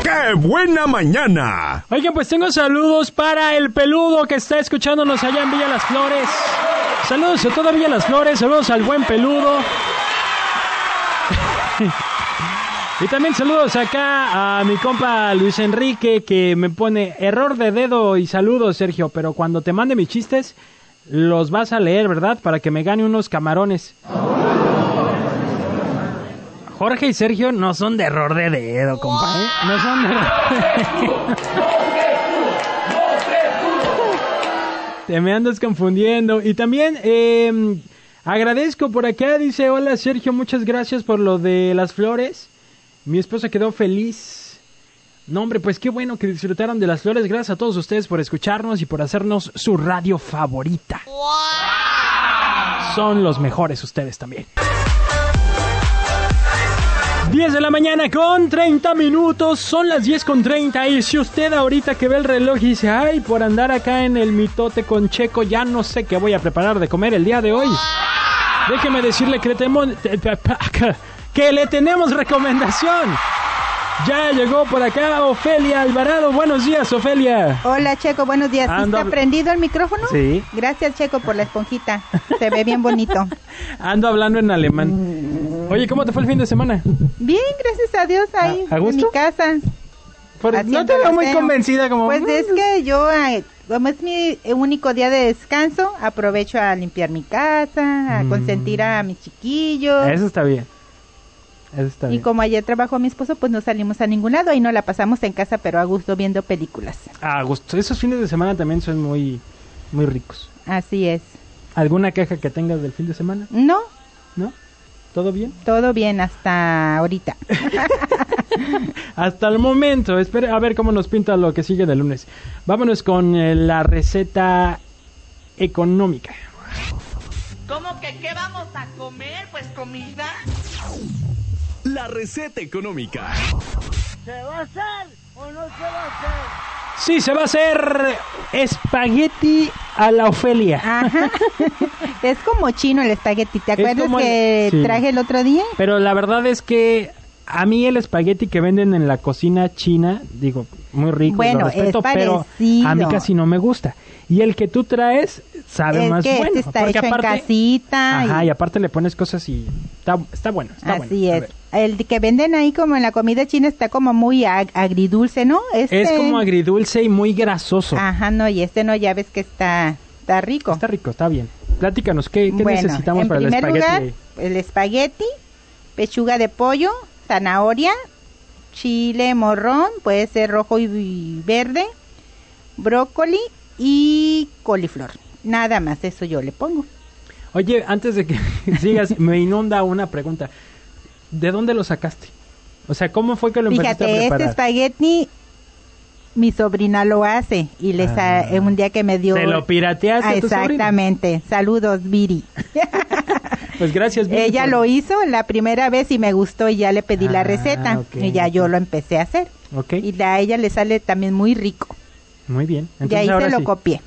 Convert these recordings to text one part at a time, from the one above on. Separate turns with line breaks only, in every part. ¡Qué buena mañana!
Oigan, pues tengo saludos para el peludo que está escuchándonos allá en Villa Las Flores. Saludos a toda Villa Las Flores, saludos al buen peludo. Y también saludos acá a mi compa Luis Enrique que me pone error de dedo y saludos Sergio, pero cuando te mande mis chistes los vas a leer, ¿verdad? Para que me gane unos camarones. Jorge y Sergio no son de error de dedo, compa, ¿eh? No son de error de Te me andas confundiendo. Y también, eh, agradezco por acá, dice, hola Sergio, muchas gracias por lo de las flores. Mi esposa quedó feliz. No, hombre, pues qué bueno que disfrutaron de las flores. Gracias a todos ustedes por escucharnos y por hacernos su radio favorita. Son los mejores ustedes también. 10 de la mañana con 30 minutos, son las 10 con 30 y si usted ahorita que ve el reloj y dice, ay, por andar acá en el mitote con Checo, ya no sé qué voy a preparar de comer el día de hoy. Déjeme decirle que le, temo- que le tenemos recomendación. Ya llegó por acá Ofelia Alvarado, buenos días Ofelia.
Hola Checo, buenos días.
Ando-
¿Está prendido el micrófono?
Sí.
Gracias Checo por la esponjita. Se ve bien bonito.
Ando hablando en alemán. Oye, ¿cómo te fue el fin de semana?
Bien, gracias a Dios ahí
¿A- a
en mi
gusto?
casa.
Por- no
haciendo
te veo muy
aseo.
convencida como...
Pues es que yo, eh, como es mi único día de descanso, aprovecho a limpiar mi casa, a
Mm.
consentir a mis chiquillos.
Eso está bien. Eso está
Y
bien.
como ayer trabajó mi esposo, pues no salimos a ningún lado y no la pasamos en casa, pero a gusto viendo películas.
A Ah, gusto. Esos fines de semana también son muy, muy ricos.
Así es.
¿Alguna queja que tengas del fin de semana?
No,
¿No? ¿Todo bien?
todo bien hasta ahorita.
Hasta el momento. Espera a ver cómo nos pinta lo que sigue del lunes. Vámonos con eh, la receta económica.
¿Cómo que qué vamos a comer? Pues comida.
La receta económica.
Sí, se va a hacer espagueti a la Ofelia.
Ajá. es como chino el espagueti. ¿Te
Es
acuerdas
como el-
que
sí.
traje el otro día?
Pero la verdad es que a mí el espagueti que venden en la cocina china, digo, muy rico, y
Bueno,
lo respeto,
es
pero
parecido.
a mí casi no me gusta. Y el que tú traes sabe
es
más
que
bueno.
este está
porque
hecho en
aparte-
casita. y-
Ajá, y aparte le pones cosas y está, está bueno, está bueno.
Así
A
es.
ver.
El que venden ahí como en la comida china está como muy ag- agridulce, ¿no? Este,
Es como agridulce y muy grasoso.
Ajá, no, y este no, ya ves que está, está rico.
Está rico, está bien. Platícanos, ¿qué, qué
Bueno,
necesitamos
en
para el
primer
espagueti?
lugar, el espagueti, pechuga de pollo, zanahoria, chile morrón, puede ser rojo y- y verde, brócoli y coliflor. Nada más, eso yo le pongo.
Oye, antes de que sigas, me inunda una pregunta. ¿De dónde lo sacaste? O sea, ¿cómo fue que lo empezaste
Fíjate,
a
este
preparar?
espagueti mi sobrina lo hace y les
Ah.
ha- eh, un día que me dio
¿Te lo pirateaste
Ah,
a tu sobrina?
Exactamente. Saludos, Viri.
Pues gracias. Vicky,
Ella
por-
lo hizo la primera vez y me gustó y ya le pedí
Ah,
la receta
ok,
y ya yo lo empecé a hacer.
Ok,
Y la- a ella le sale también muy rico.
muy bien.
y
Entonces
ahí
ahora
se lo
sí.
copié.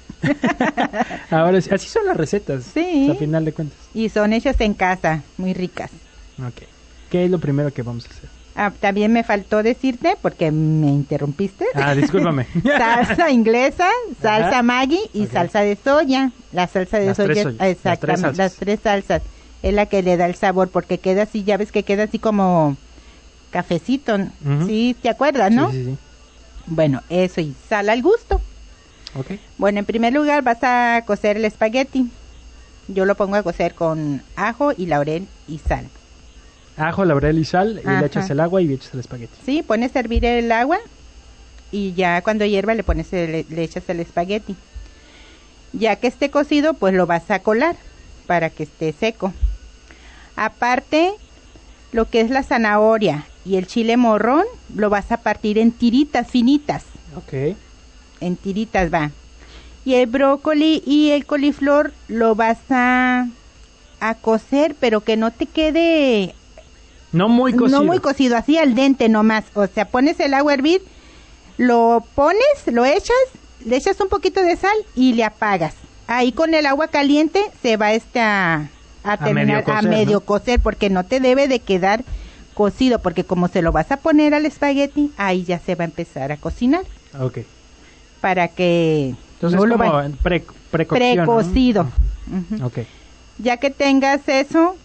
Ahora sí. Así son las recetas.
Sí.
A final de cuentas.
Y son hechas en casa, muy ricas.
Ok. ¿Qué es lo primero que vamos a hacer?
Ah, también me faltó decirte, porque me interrumpiste,
Ah, discúlpame.
salsa inglesa, salsa
Ajá.
Maggi y
Ok.
salsa de soya. La salsa de
Las
soya,
tres
es-
soy- las tres
exactamente,
salsas.
las tres salsas, es la que le da el sabor porque queda así, ya ves que queda así como cafecito,
Ujú.
¿sí? ¿Te acuerdas, no?
Sí, sí, sí.
Bueno, eso y sal al gusto.
Ok.
Bueno, en primer lugar vas a cocer el espagueti. Yo lo pongo a cocer con ajo y laurel y sal.
Ajo, laurel y sal, y le
Ajá.
echas el agua y le echas el espagueti.
Sí, pones a hervir el agua y ya cuando hierva le pones el- le echas el espagueti. Ya que esté cocido, pues lo vas a colar para que esté seco. Aparte, lo que es la zanahoria y el chile morrón lo vas a partir en tiritas finitas,
Ok.
en tiritas va. Y el brócoli y el coliflor lo vas a a cocer, pero que no te quede
No muy cocido.
no muy cocido, así al dente nomás. O sea, pones el agua a hervir, lo pones, lo echas, le echas un poquito de sal y le apagas. Ahí con el agua caliente se va este a, a
A
terminar
medio
a
cocer,
medio
¿no?
cocer porque no te debe de quedar cocido, porque como se lo vas a poner al espagueti, ahí ya se va a empezar a cocinar
Ok.
para que
Entonces,
no lo
como
va-
en pre, precocción, ¿no? Ah,
precocido. Ujú.
Ok.
Ya que tengas eso,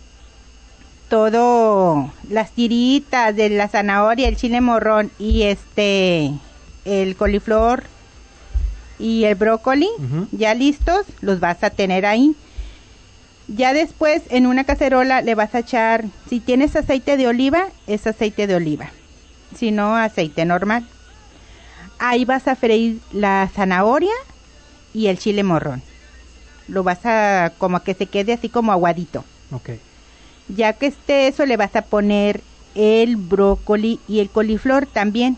todo las tiritas de la zanahoria, el chile morrón y este el coliflor y el brócoli
Ujú.
ya listos, los vas a tener ahí. Ya después en una cacerola le vas a echar, si tienes aceite de oliva, es aceite de oliva. Si no, aceite normal. Ahí vas a freír la zanahoria y el chile morrón. Lo vas a como que se quede así como aguadito.
Ok.
Ya que esté eso, le vas a poner el brócoli y el coliflor también.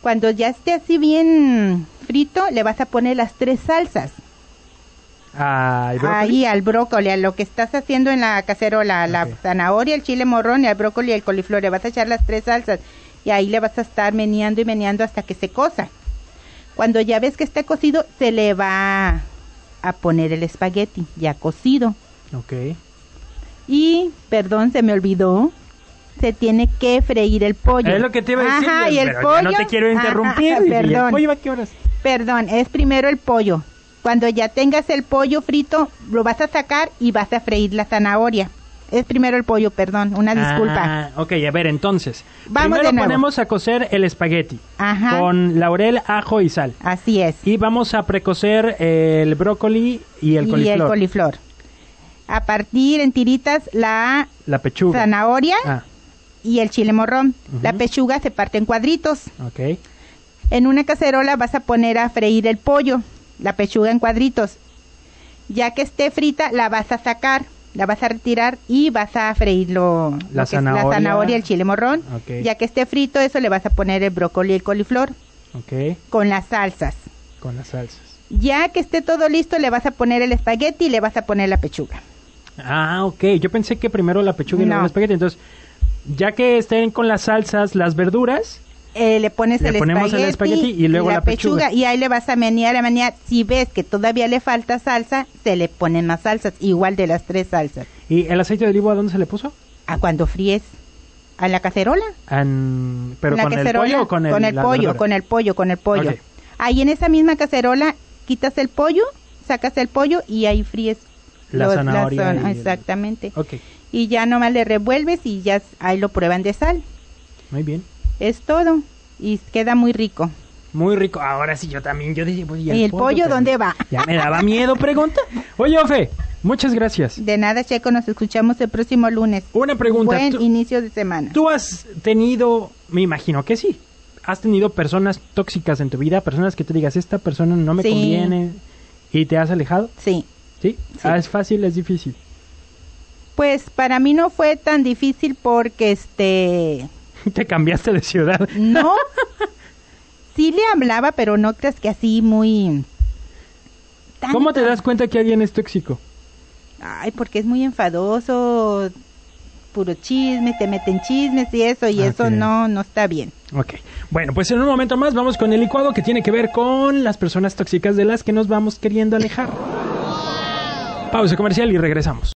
Cuando ya esté así bien frito, le vas a poner las tres salsas.
Ah, ¿y brócoli?
Ahí al brócoli, a lo que estás haciendo en la cacerola, a la
Ok.
zanahoria, el chile morrón, y al brócoli y el coliflor. Le vas a echar las tres salsas y ahí le vas a estar meneando y meneando hasta que se cosa. Cuando ya ves que está cocido, se le va a poner el espagueti ya cocido.
Ok.
Y, perdón, se me olvidó. Se tiene que freír el pollo.
Es lo que te iba a decir.
Ajá, y el
pero
pollo.
ya no te quiero
ajá,
interrumpir. ¿Y el
perdón.
pollo a qué horas?
Perdón, es primero el pollo. Cuando ya tengas el pollo frito, lo vas a sacar y vas a freír la zanahoria. Es primero el pollo, perdón, una disculpa.
Ah, ok, a ver, entonces.
Vamos
primero
de nuevo.
ponemos a cocer el espagueti
Ajá.
con laurel, ajo y sal.
Así es.
Y vamos a precocer el brócoli y el coliflor.
coliflor. A partir en tiritas la
La pechuga.
zanahoria
Ah,
y el chile morrón.
Ujú.
La pechuga se parte en cuadritos.
ok.
En una cacerola vas a poner a freír el pollo, la pechuga en cuadritos. Ya que esté frita, la vas a sacar, la vas a retirar y vas a freírlo.
La
lo que es
zanahoria.
la zanahoria, el chile morrón.
Ok.
Ya que esté frito, eso le vas a poner el brócoli y el coliflor
Ok,
con las salsas.
con las salsas.
Ya que esté todo listo, le vas a poner el espagueti y le vas a poner la pechuga.
Ah, ok. Yo pensé que primero la pechuga y luego
No.
el espagueti. Entonces, ya que estén con las salsas, las verduras.
Eh, le pones
Le
el,
ponemos el
espagueti
espagueti y luego la pechuga.
Y ahí le vas a menear, a menear. Si ves que todavía le falta salsa, se le ponen más salsas, igual de las tres salsas.
¿Y el aceite de oliva a dónde se le puso?
a cuando fríes a la cacerola.
An- ¿Pero
la
con el
cacerola,
pollo o con el, la
pollo,
verdura?
con el pollo, con el pollo.
Ok.
Ahí en esa misma cacerola quitas el pollo, sacas el pollo y ahí fríes
La
los-
zanahoria
zan-
y el-
exactamente.
Ok,
Y ya nomás le revuelves y ya s- ahí lo prueban de sal.
muy bien.
Es todo y queda muy rico.
Muy rico. Ahora sí, yo también. Yo dije, pues,
¿Y el pollo
Pero
dónde va?
Ya me daba miedo, pregunta. Oye, Ofe, muchas gracias.
De nada, Checo, nos escuchamos el próximo lunes.
Una pregunta.
Buen
¿Tú,
inicio de semana.
tú has tenido, me imagino que sí, has tenido personas tóxicas en tu vida, personas que te digas, esta persona no me
Sí.
conviene y te has alejado?
Sí.
¿Sí?
Sí.
Ah, es fácil, es difícil.
Pues para mí no fue tan difícil porque este
te cambiaste de ciudad.
No. Sí le hablaba, pero no creas que así muy... tan-
¿Cómo te das cuenta que alguien es tóxico?
Ay, porque es muy enfadoso, puro chisme, te meten chismes y eso, y
Ah, Ok.
eso no, no está bien.
Ok. Bueno, pues en un momento más vamos con el licuado que tiene que ver con las personas tóxicas de las que nos vamos queriendo alejar. Pausa comercial y regresamos.